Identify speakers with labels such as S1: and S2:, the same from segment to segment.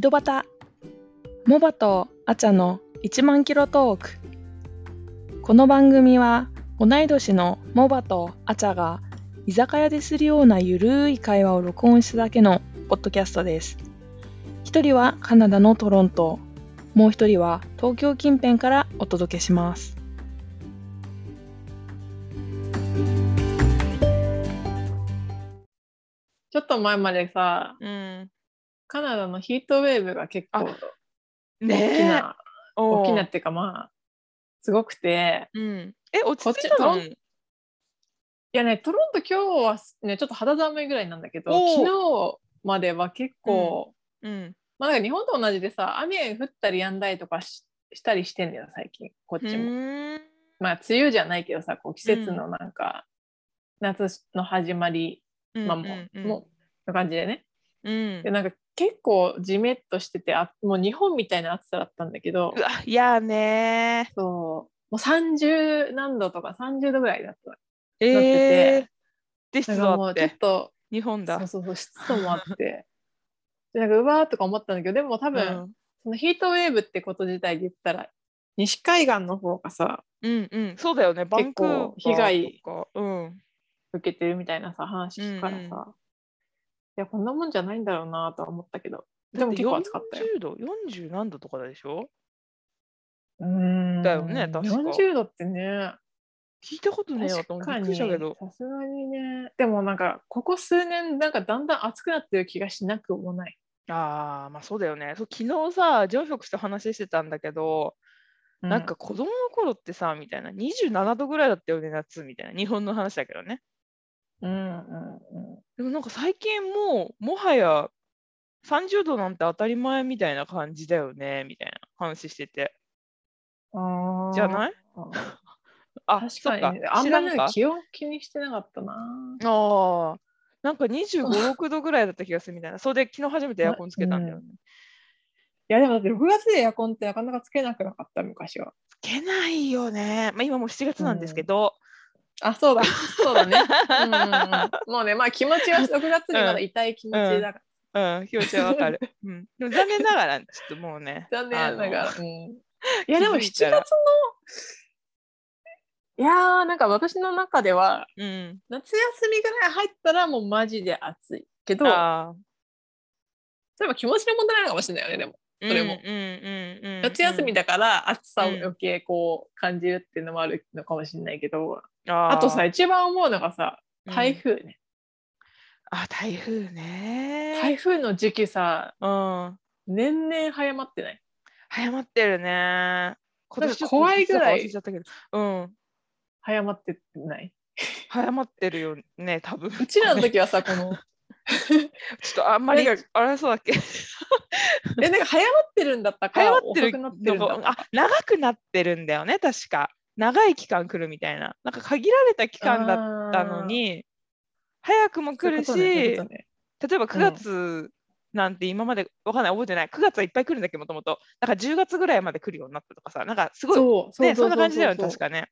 S1: ドバタモバとアチャの1万キロトークこの番組は同い年のモバとアチャが居酒屋でするようなゆるい会話を録音しただけのポッドキャストです一人はカナダのトロントもう一人は東京近辺からお届けします
S2: ちょっと前までさ、
S1: うん
S2: カナダのヒートウェーブが結構大き
S1: ねえ
S2: な、大きなっていうかまあ、すごくて、
S1: うんえ落ち着いた
S2: こ
S1: の
S2: っちいやね、トロント今日はね、ちょっと肌寒いぐらいなんだけど、
S1: おー
S2: 昨日までは結構、
S1: うん
S2: まあなんか日本と同じでさ、雨降ったりやんだりとかししたりしてんだよ、最近、こっ
S1: う
S2: ちも。
S1: ーん
S2: まあ梅雨じゃないけどさ、こう季節のなんか、夏の始まり、
S1: うん
S2: まあも
S1: うん
S2: う、
S1: うん
S2: もう、の感じでね。
S1: うん
S2: でなんか結構ジメッとしててあもう日本みたいな暑さだったんだけど
S1: うわいやーね
S2: そうもう30何度とか30度ぐらいだった
S1: ー
S2: なってて
S1: えーで
S2: な
S1: 湿
S2: んか
S1: 度
S2: も
S1: あっ
S2: うちょってと
S1: 日本だ
S2: そうそうそう湿度もあってでなんかうわーとか思ったんだけどでも多分、そのヒートウェーブってこと自体で言ったら西海岸の方がさ
S1: うんうんうんそうだよねバンクーバーとか
S2: 結構被害
S1: うん
S2: 受けてるみたいなさ話聞くからさ、
S1: うんうん
S2: いやこんなもんじゃないんだろうなとは思ったけどでも結構暑かったよ。
S1: 40度40何度とかでしょ
S2: うーん
S1: だよね確か
S2: 40度ってね
S1: 聞いたことねえわと思ってびっくりしたけど
S2: さすがにねでもなんかここ数年なんかだんだん暑くなってる気がしなくもない、
S1: ああまあそうだよねそう昨日さ上職と話してたんだけど、なんか子供の頃ってさみたいな27度ぐらいだったよね夏みたいな日本の話だけどね
S2: うんうん
S1: でもなんか最近もうもはや30度なんて当たり前みたいな感じだよねみたいな話してて
S2: うんあ
S1: じゃないあ
S2: 確か
S1: そっ
S2: にね、あん
S1: 知ら
S2: まり
S1: ん
S2: ね
S1: か
S2: 気温気にしてなかったな
S1: ああ、なんか25、6度ぐらいだった気がするみたいな。それで昨日初めてエアコンつけたんだよね。
S2: いやでもだって6月でエアコンってなかなかつけなくなかった昔は
S1: つけないよね。まあ今もう7月なんですけど。
S2: あそうだそうだねうんうんうんもうねまあ気持ち は6月にまだ痛い気持ちだか
S1: うん、気持ちはわかる。うん、でも残念ながら、ちょっともうね。
S2: ら、残念ながら、
S1: あ
S2: うんいやでも7
S1: 気づい
S2: 月
S1: た
S2: の
S1: ら
S2: いやーなんか私の中では
S1: の。うん。
S2: 夏休みぐらい入ったらもうマジで暑いけど、例
S1: ああ。
S2: えば気持ちの問題なのかもしれないよね、でも。
S1: そ
S2: れも
S1: うんうんうんうん。
S2: 夏休み
S1: だ。
S2: だから暑さを
S1: うん
S2: 余計こう感じるっていうのもあるのかもしれないけど、
S1: あ
S2: あとさ、
S1: ー、
S2: 一番思うのがさ、
S1: うん
S2: 台。風ね。
S1: あ、台風ね。
S2: 台風の時期さ、
S1: うん。
S2: 年々早まってない。
S1: 早まってるね。今
S2: なんか怖いぐらい
S1: ちょっと忘れちゃったけど。うん。
S2: 早まってない。
S1: 早まってるよね、多分。
S2: うちらの時はさ、この、
S1: ちょっとあんまり、
S2: な
S1: あ
S2: ん
S1: れそうだっけ
S2: え、なんか早まってるんだったか、
S1: 早まってる
S2: 遅くなってるんだ
S1: の
S2: っ
S1: があ長くなってるんだよね確か長い期間来るみたいななんか限られた期
S2: たか
S1: 間だったの、に早くも
S2: あー
S1: 来るし、
S2: そういうことねそういうことね
S1: 例えば9月なんて今までわかんない覚えてない9月はいっぱい来るんだっけもともとだから10月ぐらいまで来るようになったとかさなんかすごい
S2: そう、そう
S1: ねそんな感じだよね
S2: そ
S1: 確
S2: うそう
S1: かね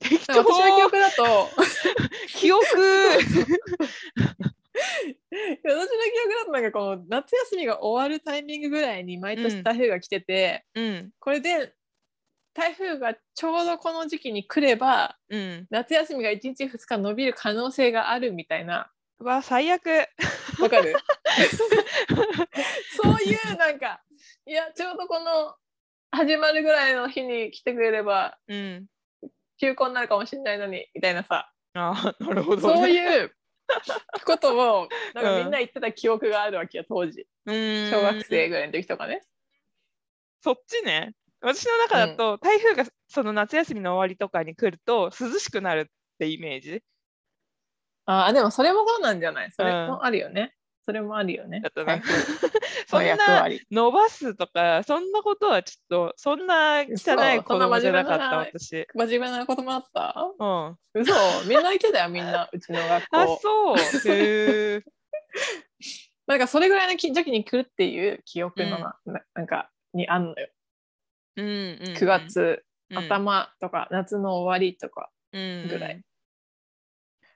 S1: 適
S2: なんか私の記
S1: 当
S2: 憶だと、
S1: 記憶
S2: いや私の記憶だとなんかこの夏休みが終わるタイミングぐらいに毎
S1: うん
S2: 年台風が来てて、
S1: うん
S2: これで台風がちょうどこの時期に来れば
S1: うん
S2: 夏休みが1日2日伸びる可能性があるみたいな
S1: うわ最悪
S2: わ かるそういうなんかいやちょうどこの始まるぐらいの日に来てくれれば
S1: うん
S2: 休校になるかもしれないのにみたいなさ
S1: あーなるほど、ね、
S2: そう
S1: う
S2: いうことをなんか
S1: うん
S2: みんな言ってた記憶があるわけよ当時
S1: ーん
S2: 小学生ぐらいの時とかね。
S1: そっちね。私の中だと、台風がその夏休みの終わりとかに来ると涼しくなるってイメージ
S2: ああでもそれもそうなんじゃないそれ
S1: う
S2: もあるよね、それもあるよね
S1: だったな。
S2: 台風
S1: そ
S2: の
S1: ん
S2: 役
S1: な
S2: 割
S1: 伸ばすとかそんなことはちょっとそんな汚い子供じゃなかった私。
S2: 真面目な子供だった
S1: うん、あ
S2: 嘘みんな言ってたよみん なうちの学校
S1: そう。へー
S2: なんかそれぐらいの時期に来るっていう記憶のな,、ななんかにあんのよ
S1: うんうんうん
S2: 9月、
S1: うん
S2: 頭とか夏の終わりとか、ぐらい。
S1: うんうん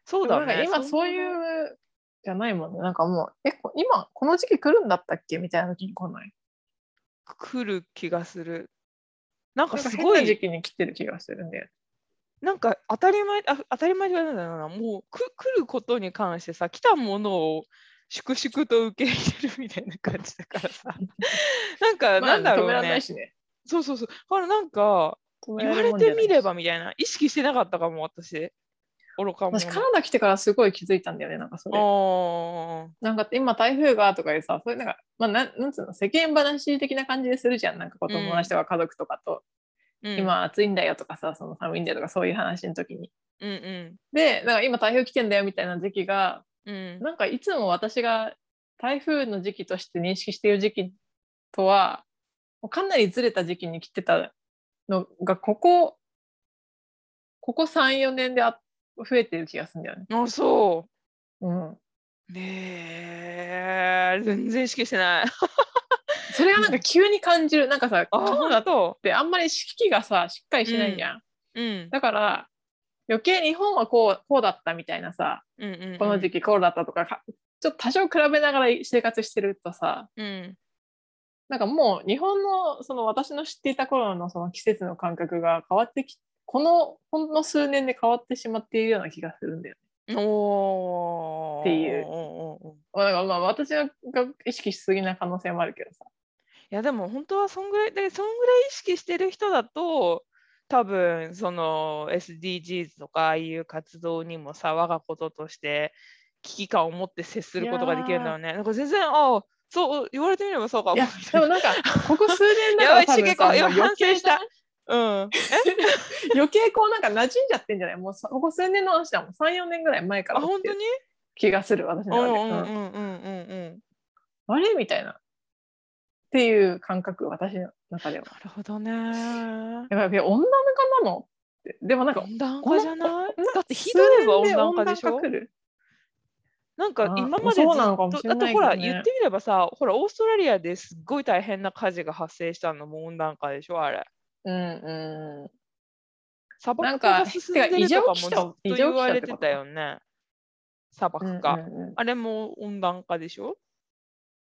S1: そうだ
S2: でも
S1: ね。
S2: なんか今そう
S1: う。
S2: いうじゃないもんねなんかもうえこ今この時期来るんだったっけみたいな時に来ない
S1: 来る気がするなんか
S2: なんか
S1: す
S2: 変
S1: ご
S2: な時
S1: い
S2: 期に来てる気がするね。
S1: なんか当たり前あ当たり前じゃないんだろうなもうく来ることに関してさ来たものを粛々と受け入れるみたいな感じだから さなんか
S2: まあ
S1: なんだろ
S2: 止めら
S1: う
S2: れな
S1: ね
S2: いしね。
S1: そうそうそうだからなんか
S2: 止め
S1: 言わ
S2: ら
S1: れ
S2: るもんじゃ
S1: て
S2: ない
S1: みればみたいな意識してなかったかも私愚かも
S2: 私カナダ来てからすごい気づいたんだよねなんかそれ
S1: あ
S2: なんか今台風がとかでさそういうなんかまあなんなんつうの世間話的な感じでするじゃんなんかこう友達とか家族とかと、
S1: ー、うん、
S2: 今暑いんだよとかさその寒いんだよとかそういう話の時に
S1: うんうん
S2: でなんか今台風来てんだよみたいな時期が
S1: うん
S2: なんかいつも私が台風の時期として認識している時期とはもうかなりずれた時期に来てたのがここここ34年であ増えてる気がするんだよね。
S1: あそ
S2: うん、
S1: うねえ全然意識してない
S2: それがなんか急に感じるなんかさ
S1: あ
S2: カナダ
S1: だ
S2: っ
S1: と
S2: てあんまり四季がさしっかりしてないじゃん。
S1: うん
S2: だから余計日本はこうこうだったみたいなさ
S1: うんうんうん
S2: この時期こうだったとかかちょっと多少比べながら生活してるとさ、
S1: うん
S2: なんかもう日本のその私の知っていた頃のその季節の感覚が変わってきこのほんの数年で変わってしまっているような気がするんだよね。
S1: おー
S2: っていう
S1: おーおーおー
S2: まあだからまあ私が意識しすぎな可能性もあるけどさ。
S1: いやでも本当はそんぐらいでそんぐらい意識してる人だと多分その SDGs とかああいう活動にもさ我がこととして危機感を持って接することができるんだよね。なんか全然ああそう言われてみればそうか
S2: い
S1: も
S2: やでもなんかここ数年だから
S1: やばいしげこ
S2: 多分さ
S1: 今
S2: もう余計
S1: 反省したうん。
S2: 余計こうなんか馴染んじゃってんじゃないもうさここ数年の話だもん34年ぐらい前か
S1: あ
S2: ら
S1: 本当に
S2: 気がする私
S1: うん
S2: の
S1: う
S2: 中
S1: ん
S2: で、うん
S1: うんうんうんうん。
S2: あれみたいなっていう感覚私の中では。
S1: なるほどね。
S2: やっぱり温暖化なのってでもなんか
S1: 温暖化じゃないだってひ
S2: ひ
S1: ど
S2: ど
S1: いは温暖化でしょなんか
S2: あ
S1: 今
S2: ま
S1: まで
S2: あ
S1: ずっ
S2: そ
S1: と
S2: うなのかもしれ
S1: だっ
S2: ない
S1: て
S2: け
S1: ほら
S2: どね
S1: 言ってみればさほらオーストラリアですっごい大変な火事が発生したのも温暖化でしょあれ
S2: うんう
S1: 砂漠
S2: なん
S1: 化
S2: か
S1: が進んでるとかもずっ
S2: てか
S1: と
S2: 異常気象
S1: 言われてたよね砂
S2: ん。
S1: 漠化、
S2: うんうん
S1: あれも温暖化でしょ、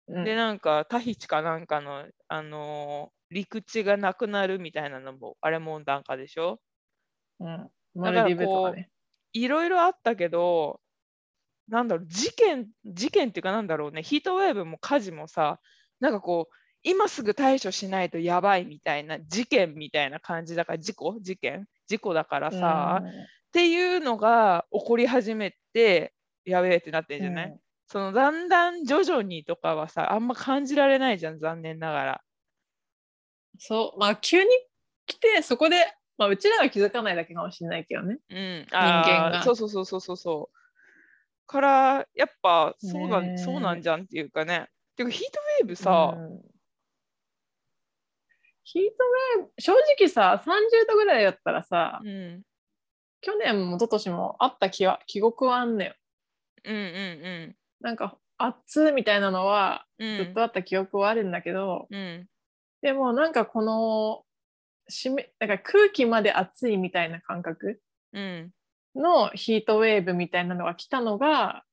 S2: うん
S1: でなんかタヒチかなんかの、あのー陸地がなくなるみたいなのもあれも温暖化でしょ
S2: うんマルディブとかね。
S1: いろいろあったけど、なんだろう、事件、事件っていうか、なんだろうね、ヒートウェーブも火事もさ、なんかこう、今すぐ対処しないとやばいみたいな、事件みたいな感じだから、事故事件事故だからさ、っ
S2: うん
S1: ていうのが起こり始めて、やべえってなってんじゃない、
S2: うん
S1: そのだんだん徐々にとかはさ、あんま感じられないじゃん、残念ながら。
S2: そう、まあ急に来て、そこで、まあうちらは気づかないだけかもしれないけどね。
S1: うん、
S2: 間
S1: あー
S2: が
S1: そうそうそうそうそうそう。からやっぱそうなん、
S2: ねえ
S1: そうなんじゃんっていうかね。てかヒートウェーブさ、
S2: うんヒートウェーブ、正直さ、30度ぐらいだったらさ、
S1: うん、うん
S2: 去年も一昨年もあった気は、記憶はあんねよ。
S1: うんうん
S2: なんか、暑いみたいなのは、
S1: うん
S2: ずっとあった記憶はあるんだけど、
S1: うん
S2: でもなんかこの湿なんか空気まで暑いみたいな感覚
S1: うん
S2: のヒートウェーブみたいなのが来たのが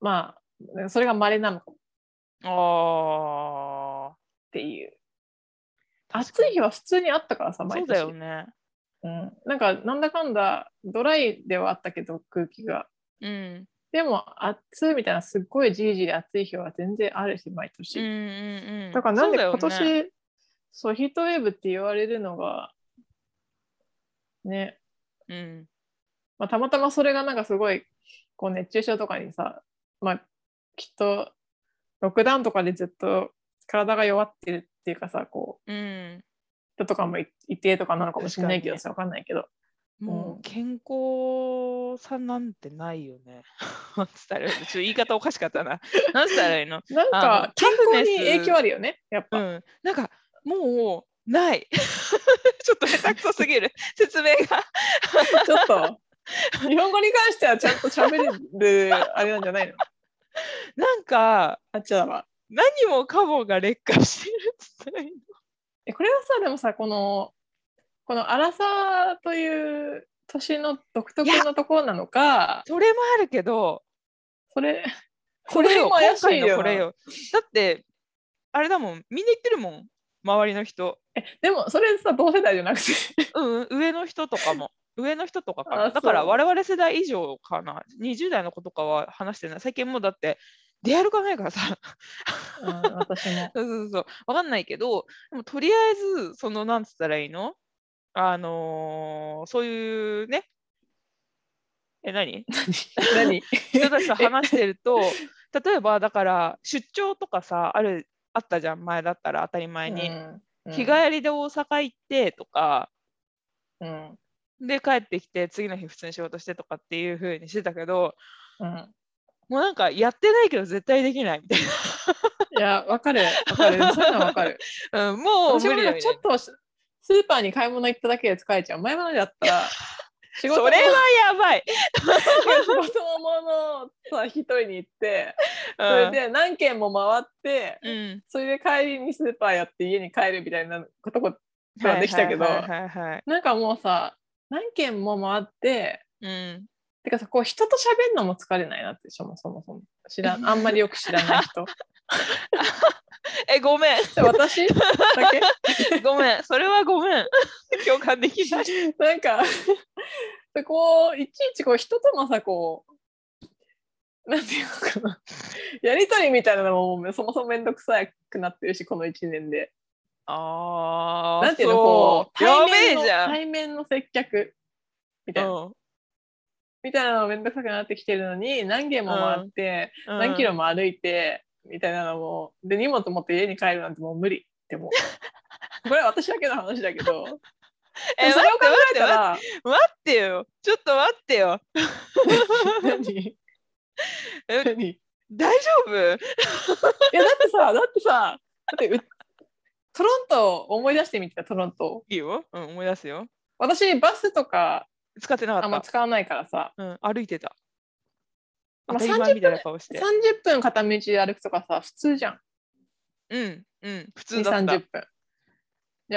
S2: まあそれが稀なのかっ
S1: あ
S2: ていう
S1: あ
S2: 暑い日は普通にあったからさ
S1: そ
S2: 毎
S1: う
S2: 年
S1: だよね。
S2: うん、なんかなんだかんだドライではあったけど空気が
S1: うん
S2: でも暑いみたいなすっごいじりじり暑い日は全然あるし毎年、
S1: うんうんうん。
S2: だからなんで今
S1: そう
S2: 年
S1: だ
S2: そう,、
S1: よね
S2: ヒートウェーブって言われるのがね、
S1: うん
S2: まあ、たまたまそれがなんかすごいこう熱中症とかにさ、まあ、きっとロックダウンとかでずっと体が弱ってるっていうかさこう
S1: うん
S2: 人とかもいいてとかなのかもしれないけどさわかんないけど
S1: もう健康さなんてないよね。 なんつったらいいのちょっと言い方おかしかったな。なんつったらいいの
S2: なん
S1: あの
S2: か健康に
S1: タフネス
S2: 影響あるよねやっぱ、
S1: うん、なんかもうない ちょっと下手くそす ぎる説明が
S2: ちょっと日本語に関してはちゃんと喋れるあれなんじゃないの
S1: なんか
S2: あっちゃんは
S1: 何もかもが劣化してるっつったらいいの
S2: えこれはさでもさこのこの荒さという年の独特
S1: いや
S2: のところなのか
S1: それもあるけど
S2: それ
S1: これよ
S2: これ
S1: 今
S2: も怪しい
S1: 回の
S2: よな
S1: これよだってあれだもんみんな行ってるもん周りの人
S2: でもそれさ同世代じゃなくて
S1: うん、うん上の人とかも上の人とかかな
S2: あ
S1: だから
S2: そう
S1: 我々世代以上かな20代の子とかは話してない最近もうだって出歩かないからさ
S2: うん私も
S1: そうそうそう分かんないけどでもとりあえずそのなんつったらいいのあのーそういうねえ 何
S2: 何
S1: 人たちと話してると例えばだから出張とかさあるあったじゃん前だったら当たり前に、
S2: うん
S1: 日帰りで大阪行ってとか
S2: うん
S1: で帰ってきて次の日普通に仕事してとかっていう風にしてたけど
S2: うん
S1: もうなんかやってないけど絶対できないみたい
S2: いやわかるわかるそういうのはわかる
S1: な、 うん、もう
S2: 私
S1: 無
S2: も
S1: 理だ
S2: なんか
S1: み
S2: ち
S1: たい
S2: ょっとスーパーに買い物行っただけで疲れちゃう前までだったら仕
S1: な
S2: 事も
S1: それはやばい、
S2: 仕事も物をさ一人に行って
S1: う
S2: そ
S1: ん、
S2: れで何軒も回って、
S1: うん
S2: それで帰りにスーパーやって家に帰るみたいなことこまあできたけど
S1: はいはいはいはいはい
S2: なんかもうさ何軒も回って
S1: うん
S2: てかさこう人と喋るのも疲れないなってそもそもそも知らんあんまりよく知らな い人
S1: えごめん
S2: で私だけ
S1: ごめんそれはご めん共感できない
S2: なんかでこういちいちこう人とのさこうなんていうのかなやりとりみたいなのももうそもそも面倒くさくなってるしこの1年で。
S1: あー
S2: なんていうの
S1: そ
S2: こう対
S1: や
S2: 面
S1: べ
S2: の
S1: えじゃん、
S2: 対面の接客みたいな、
S1: うん
S2: みたいなのも面倒くさくなってきてるのに何軒も回って、
S1: うん
S2: 何キロも歩いてみたいなのもで荷物持って家に帰るなんてもう無理っ て思う。これは私だけの話だけど、で
S1: え
S2: も
S1: 待
S2: それを考
S1: っ
S2: え
S1: て
S2: た
S1: 待
S2: ら
S1: って待ってよちょっと待って よ
S2: 何
S1: え
S2: 何
S1: 大丈夫
S2: いやだってさだってさだってうトロントを思い出してみてたトロントを
S1: いいよ、うん、思い出すよ
S2: 私バスとか
S1: 使ってな
S2: あ
S1: か
S2: ん
S1: っ
S2: ま
S1: た
S2: 使わないからさ
S1: うん、歩いてた。当
S2: まあ
S1: たり前みたいな顔して。
S2: 30分片道で歩くとかさ普通じゃん
S1: うん、うん、普通
S2: 2
S1: だっ
S2: 三
S1: た
S2: 十。分 じ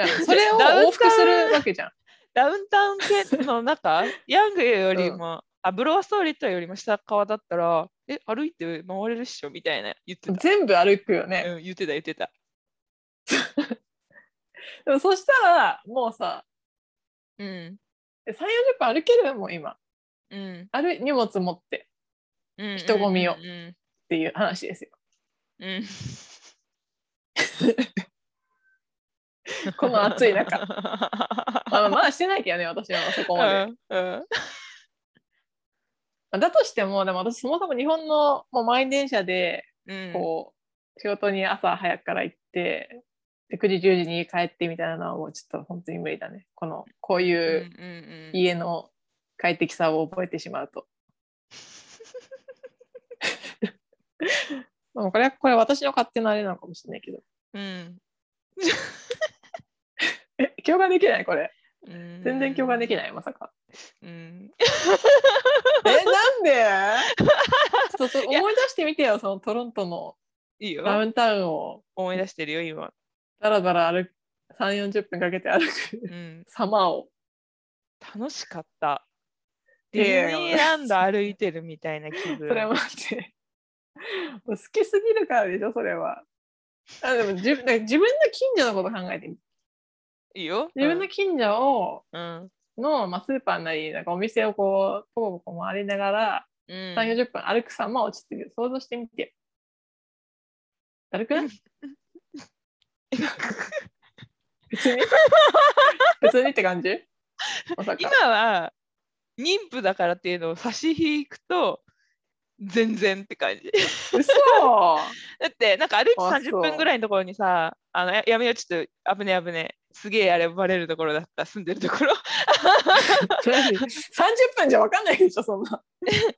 S2: ゃあそれを往復するわけじゃん
S1: ダウンタウン系の 中、ヤングよりも、あ、ブロワストリートよりも下側だったら、え、歩いて回れるっしょみたいな言ってた。
S2: 全部歩くよね、
S1: うん、言ってた、言ってた。
S2: でもそしたらもうさ
S1: うん、
S2: 3 4 0分歩けるもん今
S1: うん、
S2: 歩い荷物持って
S1: うん。
S2: 人混みを
S1: うん、
S2: っていう話ですよ
S1: うん。
S2: この暑い中
S1: う
S2: まあまあしてないけどね私はそこまで
S1: ん、 うん、
S2: だとしてもでも私そもそも日本のもう満員電車で
S1: うん。
S2: こう仕事に朝早くから行ってで9時10時に家帰ってみたいなのはもうちょっと本当に無理だねこのこうい
S1: うん、
S2: う
S1: うん、うん。
S2: 家の快適さを覚えてしまうと。でもこれはこれ私の勝手なあれなのかもしれないけど
S1: うん。
S2: え共感できないこれ
S1: うん
S2: 全然共感できないま さか
S1: うん。
S2: えなんでちょっと そう
S1: いや
S2: 思い出してみてよそのトロントの
S1: いいよ。
S2: ダウンタウンを
S1: 思い出してるよ、今。
S2: だらだら歩く3 4 0分かけて歩く
S1: うん。
S2: 様を
S1: 楽しかった。
S2: い
S1: デ
S2: や
S1: ィ
S2: いや
S1: ズニーランド歩いてるみたいな気分。
S2: それは待ってもう好きすぎるからでしょそれはあでも自分だから自分の近所のこと考えてみて
S1: いいよ。
S2: 自分の近所を、
S1: うん。
S2: の、まあ、スーパーなりなんかお店をこうポコポコ回りながら
S1: うん。
S2: 3 4 0分歩く様をちょっと想像してみてだるくない 別に別にって感じまさか
S1: 今は妊婦だからっていうのを差し引くと全然って感じ。
S2: 嘘
S1: だってなんか歩いて
S2: あ
S1: 30
S2: そ
S1: 分
S2: う
S1: ぐらいのところにさ、あのややめようちょっと危ねえ危ねえ。すげえあれバレるところだった 住んでるところ
S2: 30分じゃ分かんないでしょそんな、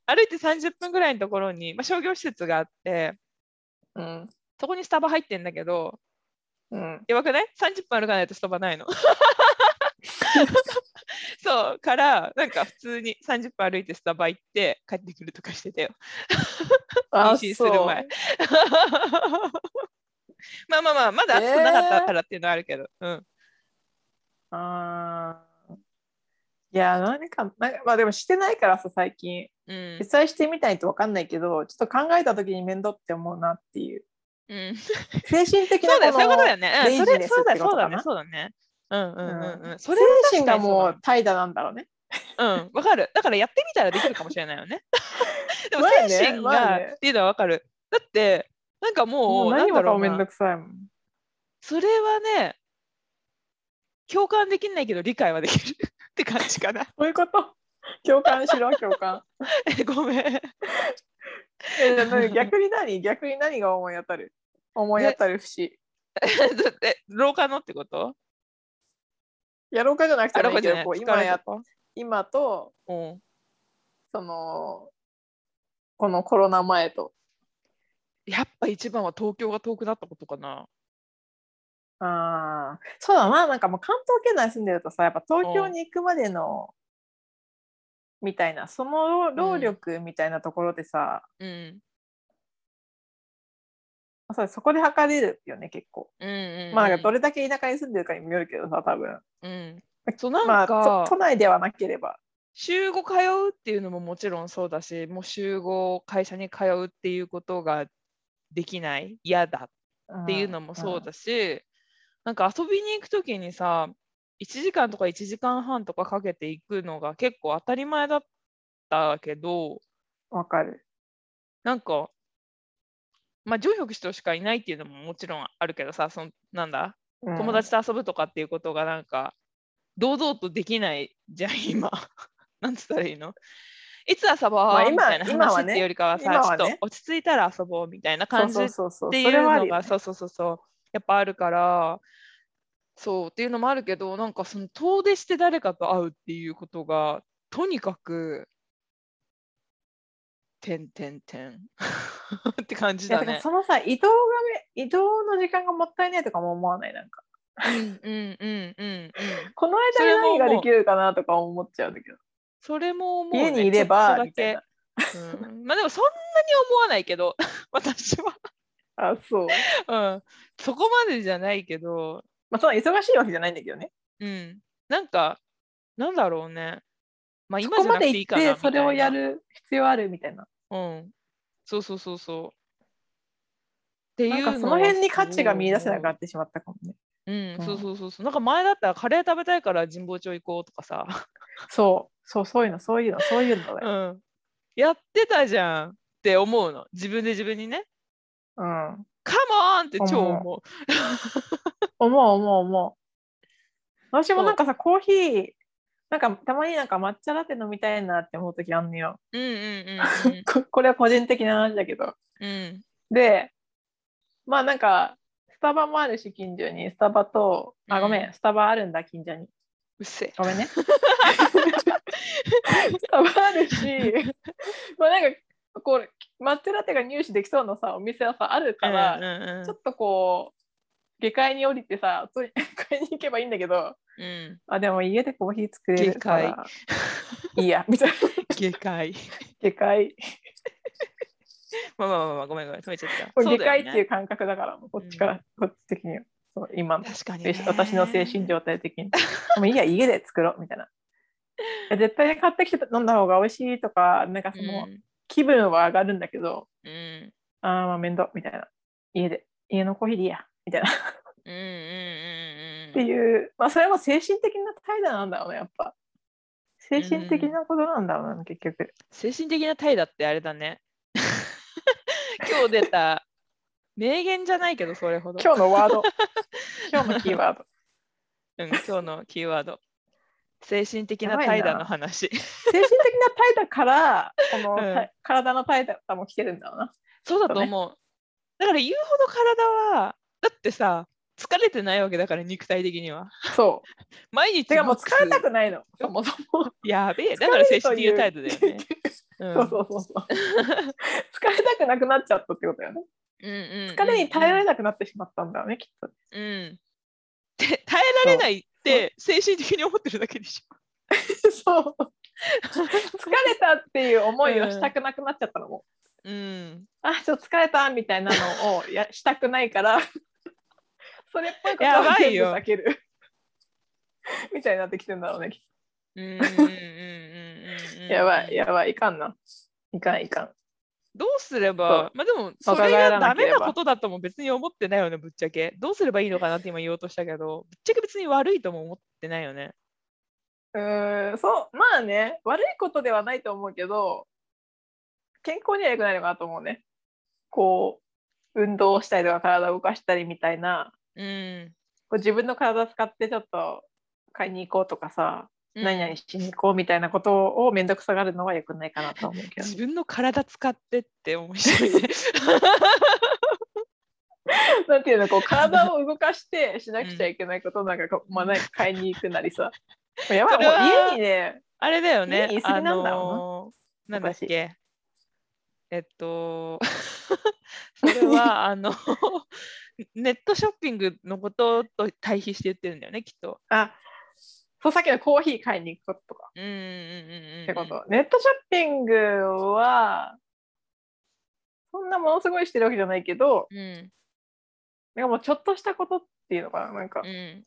S1: 歩いて30分ぐらいのところに、まあ、商業施設があって
S2: うん
S1: そこにスタバ入ってんだけど
S2: うん、
S1: やばくない ?30 分歩かないとスタバ ないの。 そうからなんか普通に30分歩いてスタバ行って帰ってくるとかしてたよ妊娠する
S2: そう
S1: 前 まあまあまあまだ暑くなかったからっていうのはあるけど、
S2: あーいや何かなんかまあでもしてないからさ最近
S1: うん、うん
S2: 実際してみたいと分かんないけどちょっと考えた時に面倒って思うなっていう
S1: うん。
S2: 精神的な
S1: そうだよ、
S2: こ
S1: そういうこ
S2: の
S1: とだよね。うん、
S2: レイ
S1: そ
S2: ジ
S1: れ
S2: ネス
S1: そうだ
S2: って
S1: よ、
S2: こ
S1: そ
S2: と
S1: うだ
S2: か
S1: ね、
S2: な
S1: そうだね。うんうんうんうん。そ
S2: 精
S1: れは確
S2: 神
S1: か
S2: が
S1: にそう
S2: も
S1: だ
S2: う怠惰なんだろうね。
S1: うん、わかる。だからやってみたらできるかもしれないよ ね。でも
S2: まあね
S1: 精神
S2: ま
S1: が
S2: あ
S1: っ
S2: ね
S1: ていうのはわかる。だって、なんかも
S2: も
S1: う、
S2: う
S1: なん
S2: 何
S1: だ
S2: もか
S1: ろ
S2: も
S1: う
S2: めんど
S1: な。
S2: くさいもん。
S1: それはね、共感できないけど理解はできるって感じかな。
S2: そういうこと共感しろ、共感。
S1: えごめん。
S2: えじゃあ何逆に何逆に何が思い当たる思い当たる節。
S1: え、廊下のってこと
S2: やろうかじゃなくて
S1: あ、廊
S2: も
S1: 下
S2: いい
S1: じ
S2: け
S1: ゃ
S2: ど
S1: ない。
S2: こう
S1: 疲
S2: 今
S1: れ
S2: や
S1: とか
S2: 今と
S1: うん。
S2: そのこのコロナ前と。
S1: やっぱ一番は東京が遠くなったことかな。
S2: ああそうだななんかもう関東圏内住んでるとさやっぱ東京に行くまでのみたいなその労力みたいなところでさ、
S1: うん。
S2: まあそれそこで測れるよね結構。
S1: うんうん、うん。
S2: まあなんかどれだけ田舎に住んでるかにもよるけどさ多分。
S1: うん。そう
S2: ま
S1: なん
S2: あ
S1: か、
S2: と都内ではなければ。
S1: 週5通うっていうのももちろんそうだし、もう週5会社に通うっていうことができない、嫌だっていうのもそうだし、なんか遊びに行くときにさ、1時間とか1時間半とかかけて行くのが結構当たり前だったけど、
S2: うん。わかる。
S1: なんか、まあ、上職人しかいないっていうのももちろんあるけどさ、そのなんだ、
S2: うん
S1: 友達と遊ぶとかっていうことがなんか、堂々とできないじゃん、今。 なんつったらいいのいつ遊ぼう、
S2: あ今
S1: みたいな
S2: 今
S1: 話
S2: は
S1: っ
S2: ね
S1: ていうよりかはさ、
S2: 今
S1: ちょ
S2: は
S1: っ
S2: ね
S1: と落ち着いたら遊ぼうみたいな感じ
S2: そう
S1: っ
S2: そうそうそう
S1: てい
S2: そうれ
S1: の
S2: はあ
S1: が
S2: るよね
S1: そうそうそうそうやっぱあるからそうっていうのもあるけどなんかその遠出して誰かと会うっていうことがとにかく「てんてんてん」 って感じ
S2: いや
S1: だ
S2: てか
S1: ね。
S2: そのさ移動がめ移動の時間がもったいないとかも思わないなんか
S1: うんうんうんうんうん
S2: この
S1: そ
S2: 間に
S1: れも
S2: 何
S1: 思う
S2: ができるかなとか思っちゃうんだけど、
S1: それも思う、ね、
S2: 家にいれ
S1: ちょっ
S2: ば
S1: とだ
S2: みた
S1: け
S2: いな。
S1: うんまあでもそんなに思わないけど 私は、
S2: あそう
S1: うん、そこまでじゃないけど
S2: まあそんな忙しいわけじゃないんだけどね
S1: うん、なんか、なんだろうね。まあ、
S2: そ
S1: 今
S2: こ
S1: じゃ
S2: ま
S1: なく
S2: で
S1: ていい
S2: 行
S1: かな
S2: ってそれをや
S1: み
S2: る必要あるみたいな
S1: たいな。うん。そうそうそうそう。っていう
S2: なん
S1: は
S2: かその辺に価値が見出せなくなってしまったかもね
S1: うん、
S2: うん
S1: そうそうそうそう。なんか前だったらカレー食べたいから神保町行こうとかさ。
S2: そうそうそういうのそういうのそういうのだ
S1: う
S2: よ、
S1: ん。やってたじゃんって思うの。自分で自分にね。
S2: うん、
S1: カモンって超思
S2: 思う思う思う私もなんかさコーヒーなんかたまになんか抹茶ラテ飲みたいなって思う時あんのよ、
S1: う。うんうんうん
S2: ここれは個人的な話だけど
S1: うん。うん
S2: で、まあなんか、スタバもあるし、近所に、スタバと、
S1: う
S2: あ、
S1: ん
S2: ごめん、スタバあるんだ、近所に。
S1: うっせ
S2: ごめ んね。スタバあるし、 まあなんか、こう、マッテラテが入手できそうなさ、お店はさ、ある
S1: え。
S2: から、
S1: うん
S2: ちょっとこう、下界に降りてさ、つい 買いに行けばいいんだけど、
S1: うんうん。
S2: あ、でも家でコーヒー作れるから、いいや、みたいな。
S1: 下界。
S2: 下界、
S1: まあまあまあまあ、ごめんごめん。止めちゃった。
S2: 下界っていう
S1: う
S2: 感覚だから、こっちから、こっち的には、そう今の
S1: だよね。確かに
S2: 精
S1: ね。
S2: 神私の精神状態的に。もういいや、家で作ろうみたいな。いや絶対買ってきて飲んだ方が美味しいとか、なんかその
S1: うん
S2: 気分は上がるんだけど、
S1: うん
S2: ああ、まあ面倒みたいな。家で、家のコーヒーでいいや、みたいな。っ
S1: うんうんうんうん
S2: て
S1: うん
S2: いう、まあそれも精神的な怠惰なんだろうね、やっぱ。精神的なことなんだろうな、結局。
S1: 精神的な怠惰ってあれだね 今日出た名言じゃないけどそれほど
S2: 今日 のワード。今日のキーワード。
S1: うん、今日のキーワード精神的な
S2: やば
S1: 怠
S2: いな
S1: 惰の話
S2: 精神的な怠惰から、この、
S1: うん
S2: た体の怠惰も来てるんだろうな。
S1: そうだと思う、だから言うほど体はだってさ疲れてないわけだから肉体的には
S2: そう。
S1: 毎日
S2: てかもう疲れた
S1: く
S2: くないの、そもそも。
S1: やべえ
S2: 疲
S1: だから精
S2: れると
S1: 神
S2: い
S1: 的
S2: う
S1: な態度だよね、うん、
S2: そうそうそうそう。疲れたくなくなっちゃったってことよね。
S1: うんうんうん
S2: 疲れに耐えられなくなってしまったんだよね、きっと。
S1: うんで耐えられないって精神的に思ってるだけでしょ
S2: そう。疲れたっていう思いをしたくなくなっちゃったのも。
S1: うん
S2: あ、ちょっと疲れたみたいなのをやしたくないから、 それっぽいこと
S1: やば
S2: はい全部
S1: よ
S2: 避ける。 みたいになってきてんだろうね。きっ
S1: うんうんうんうんうんうんうん
S2: とやばい、やばい、いかんな。いかん、いかん。
S1: どうすれば、まあでも、そ
S2: 若
S1: れ
S2: 返
S1: が
S2: ら
S1: ダ
S2: なけ
S1: メ
S2: れば
S1: なことだとも別に思ってないよね、ぶっちゃけ。どうすればいいのかなって今言おうとしたけど、ぶっちゃけ別に悪いとも思ってないよね。
S2: うーんそうまあね悪いことではないと思うけど健康には良くないのかなと思うねこう運動をしたりとか体を動かしたりみたいな
S1: うん。
S2: こう自分の体を使ってちょっと買いに行こうとかさ、
S1: うん
S2: 何々しに行こうみたいなことを面倒くさがるのは良くないかなと思う けど
S1: 自分の体使ってって面 白いね。
S2: なんていうのこう体を動かしてしなくちゃいけないことなんかこう、まあ、なんか買いに行くな りさやばい
S1: それは
S2: もう家にね
S1: あれだよね。
S2: いい言い過ぎなんだろうな
S1: あのーなんだっ
S2: 私
S1: け。えっと、 それはあ の、ネットショッピングのことと対比して言ってるんだよね、きっと。
S2: あそうさっきのコーヒー買いに行くこととか
S1: うんうんうんうん。
S2: ってこと、ネットショッピングはそんなものすごいしてるわけじゃないけど
S1: うんうん
S2: なんかもうちょっとしたことっていうのかななんか、
S1: うん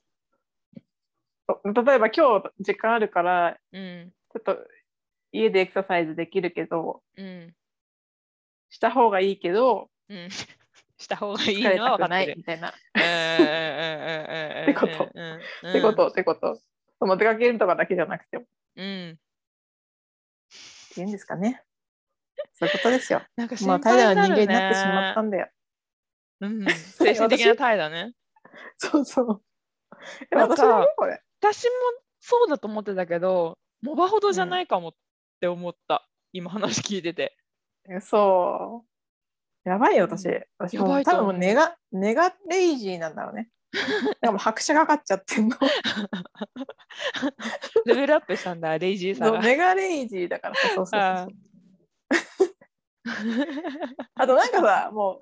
S2: 例えば今日時間あるから
S1: うん
S2: ちょっと家でエクササイズできるけど
S1: うん
S2: した方がいいけど
S1: うん。 した方がいい
S2: 疲
S1: の
S2: れ
S1: は分
S2: た
S1: か
S2: くな
S1: って
S2: い
S1: る。
S2: みたいな。
S1: っ
S2: ってこと
S1: と
S2: ってことってこと。その出かけるとかだけじゃなくてもっ
S1: うん。
S2: ていうんですかね。そういうことですよ。
S1: なんか心
S2: まあ
S1: 配
S2: 怠惰な
S1: る
S2: 人間になってしまった
S1: ね。
S2: んだよ。
S1: うん精神的な態度ね。
S2: そうそう。え
S1: なんか
S2: 私だねこれ。
S1: 私もそうだと思ってたけど、モバほどじゃないかもって思った。今話聞いてて。
S2: そう。やばいよ、私。私
S1: や
S2: も
S1: ば
S2: う
S1: いと
S2: 多
S1: 思う
S2: 分もうネガ、ネガレイジーなんだろ うね。でも拍車がかかっちゃってんの。
S1: レベルアップした んだ、レイジーさ
S2: そうん
S1: が。
S2: ネガレイジーだからそうそうそう
S1: あー
S2: そう。あとなんかさ、もう、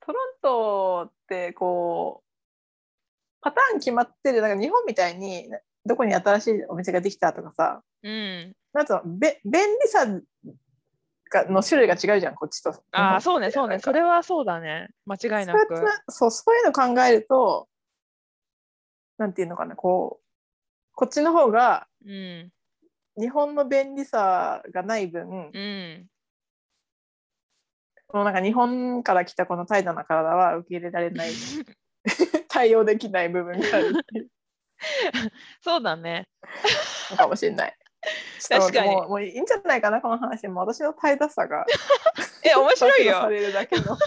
S2: トロントってこう、パターン決まってる、なんか日本みたいに、どこに新しいお店ができたとかさ、
S1: うん。
S2: なんつうの、べ便利さがの種類が違うじゃん、こっちと。
S1: ああ、そうね、そうね。それはそうだね。間違いなく
S2: そう。やってそうそういうの考えるとなんていうのかなこうこっちの方が
S1: うん。
S2: 日本の便利さがない分、
S1: うん。
S2: このなんか日本から来たこの怠惰な体は受け入れら れない対応できない部分があるっていう
S1: そうだね。
S2: のかもしれ ない。
S1: 確かに
S2: ちょっともうもういいんじゃないかなこの話もう私の怠惰さが
S1: え、面白い
S2: 暴露さ
S1: よ。
S2: れるだけ の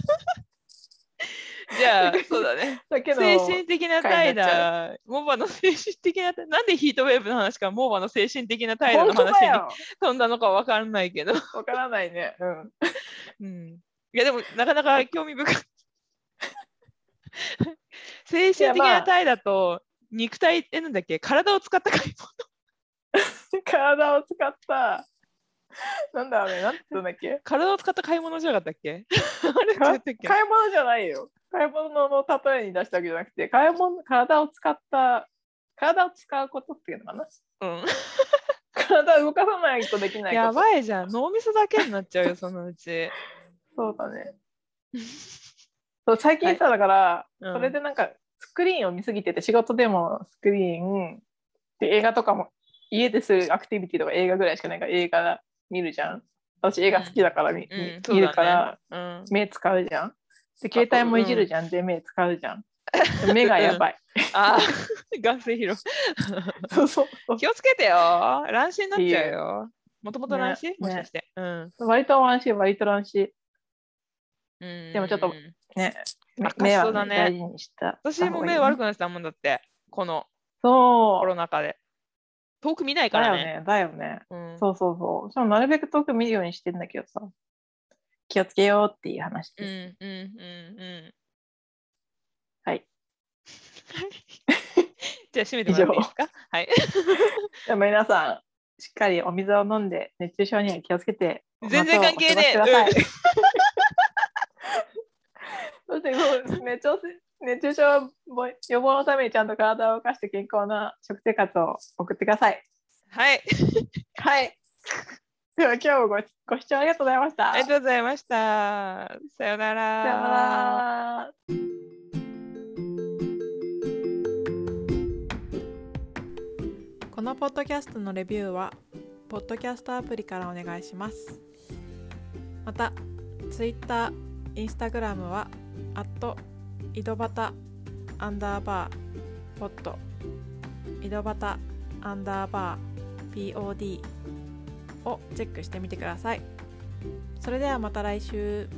S1: じゃ あ、そうだね。
S2: だけの
S1: 精神的な
S2: 回
S1: 怠
S2: になっ
S1: 惰、
S2: ち
S1: モバの精神的な、なんでヒートウェーブの話からモバの精神的な怠惰の
S2: 本当
S1: 話
S2: だ
S1: に
S2: よ
S1: 飛んだのかわからないけど、
S2: わからないね。うん
S1: うん、いやでもなかなか興味 深い。精神的
S2: いやま
S1: な
S2: あ
S1: 怠惰と肉体えなんだっけ体を使った買い
S2: 体を使ったなんだろうねなんて言うんだっけ
S1: 物体を使った買い物じゃなかったっけ あれ違ったっけ
S2: 買い物じゃないよ買い物の例えに出したわけじゃなくて買い物体を使った体を使うことっていうのかな
S1: うん
S2: 体を動かさないとできないこと
S1: やばいじゃん脳みそだけになっちゃうよそのうち。
S2: そうだねそう最近さだから、
S1: うん
S2: それでなんかスクリーンを見すぎてて仕事でもスクリーンで映画とかも家でするアクティビティとか映画ぐらいしかないから映画見るじゃん私映画好きだから見,、
S1: うん
S2: 見るか
S1: そうだ
S2: ら
S1: ね、 うん、
S2: 目使うじゃん。で、携帯もいじるじゃん。で、目使うじゃん。で目がや ばい。
S1: あー 眼性疲労。
S2: そうそう
S1: 気をつけてよ乱視になっちゃうよ。もともと乱視、
S2: ね
S1: もしかして。うん
S2: 割と乱視、割と乱視。
S1: うん
S2: でもちょっとね。
S1: あ
S2: 目
S1: そ
S2: は
S1: うだね
S2: 大事にした。
S1: 私も目悪
S2: く
S1: くなってたもんだって、このコ
S2: そ。
S1: ロナ禍で。遠く見ないうか
S2: だよ
S1: らね。
S2: ね。だよね。
S1: うん、
S2: そうそうそう。しかもなるべく遠く見るようにしてんだけどさ。気をつけようっていう話
S1: うん
S2: です。
S1: うんうんうん。
S2: はい。
S1: じゃあ、閉めてもらっていいですかはい。
S2: でも皆さん、しっかりお水を飲んで、熱中症には気をつけて。
S1: 全然関係ねえ
S2: 夏をお過ごしくだ さいそしてそう熱中熱中症予防のためにちゃんと体を動かして健康な食生活を送ってください。
S1: はい。
S2: はい。では今日もごご視聴ありがとうございました。
S1: ありがとうございました。さよなら。
S2: さようなら。
S3: このポッドキャストのレビューはポッドキャストアプリからお願いしますまた Twitter、Instagram は、アット、井戸端、アンダーバー、ポッド、井戸端、アンダーバー、POD をチェックしてみてください。それではまた来週。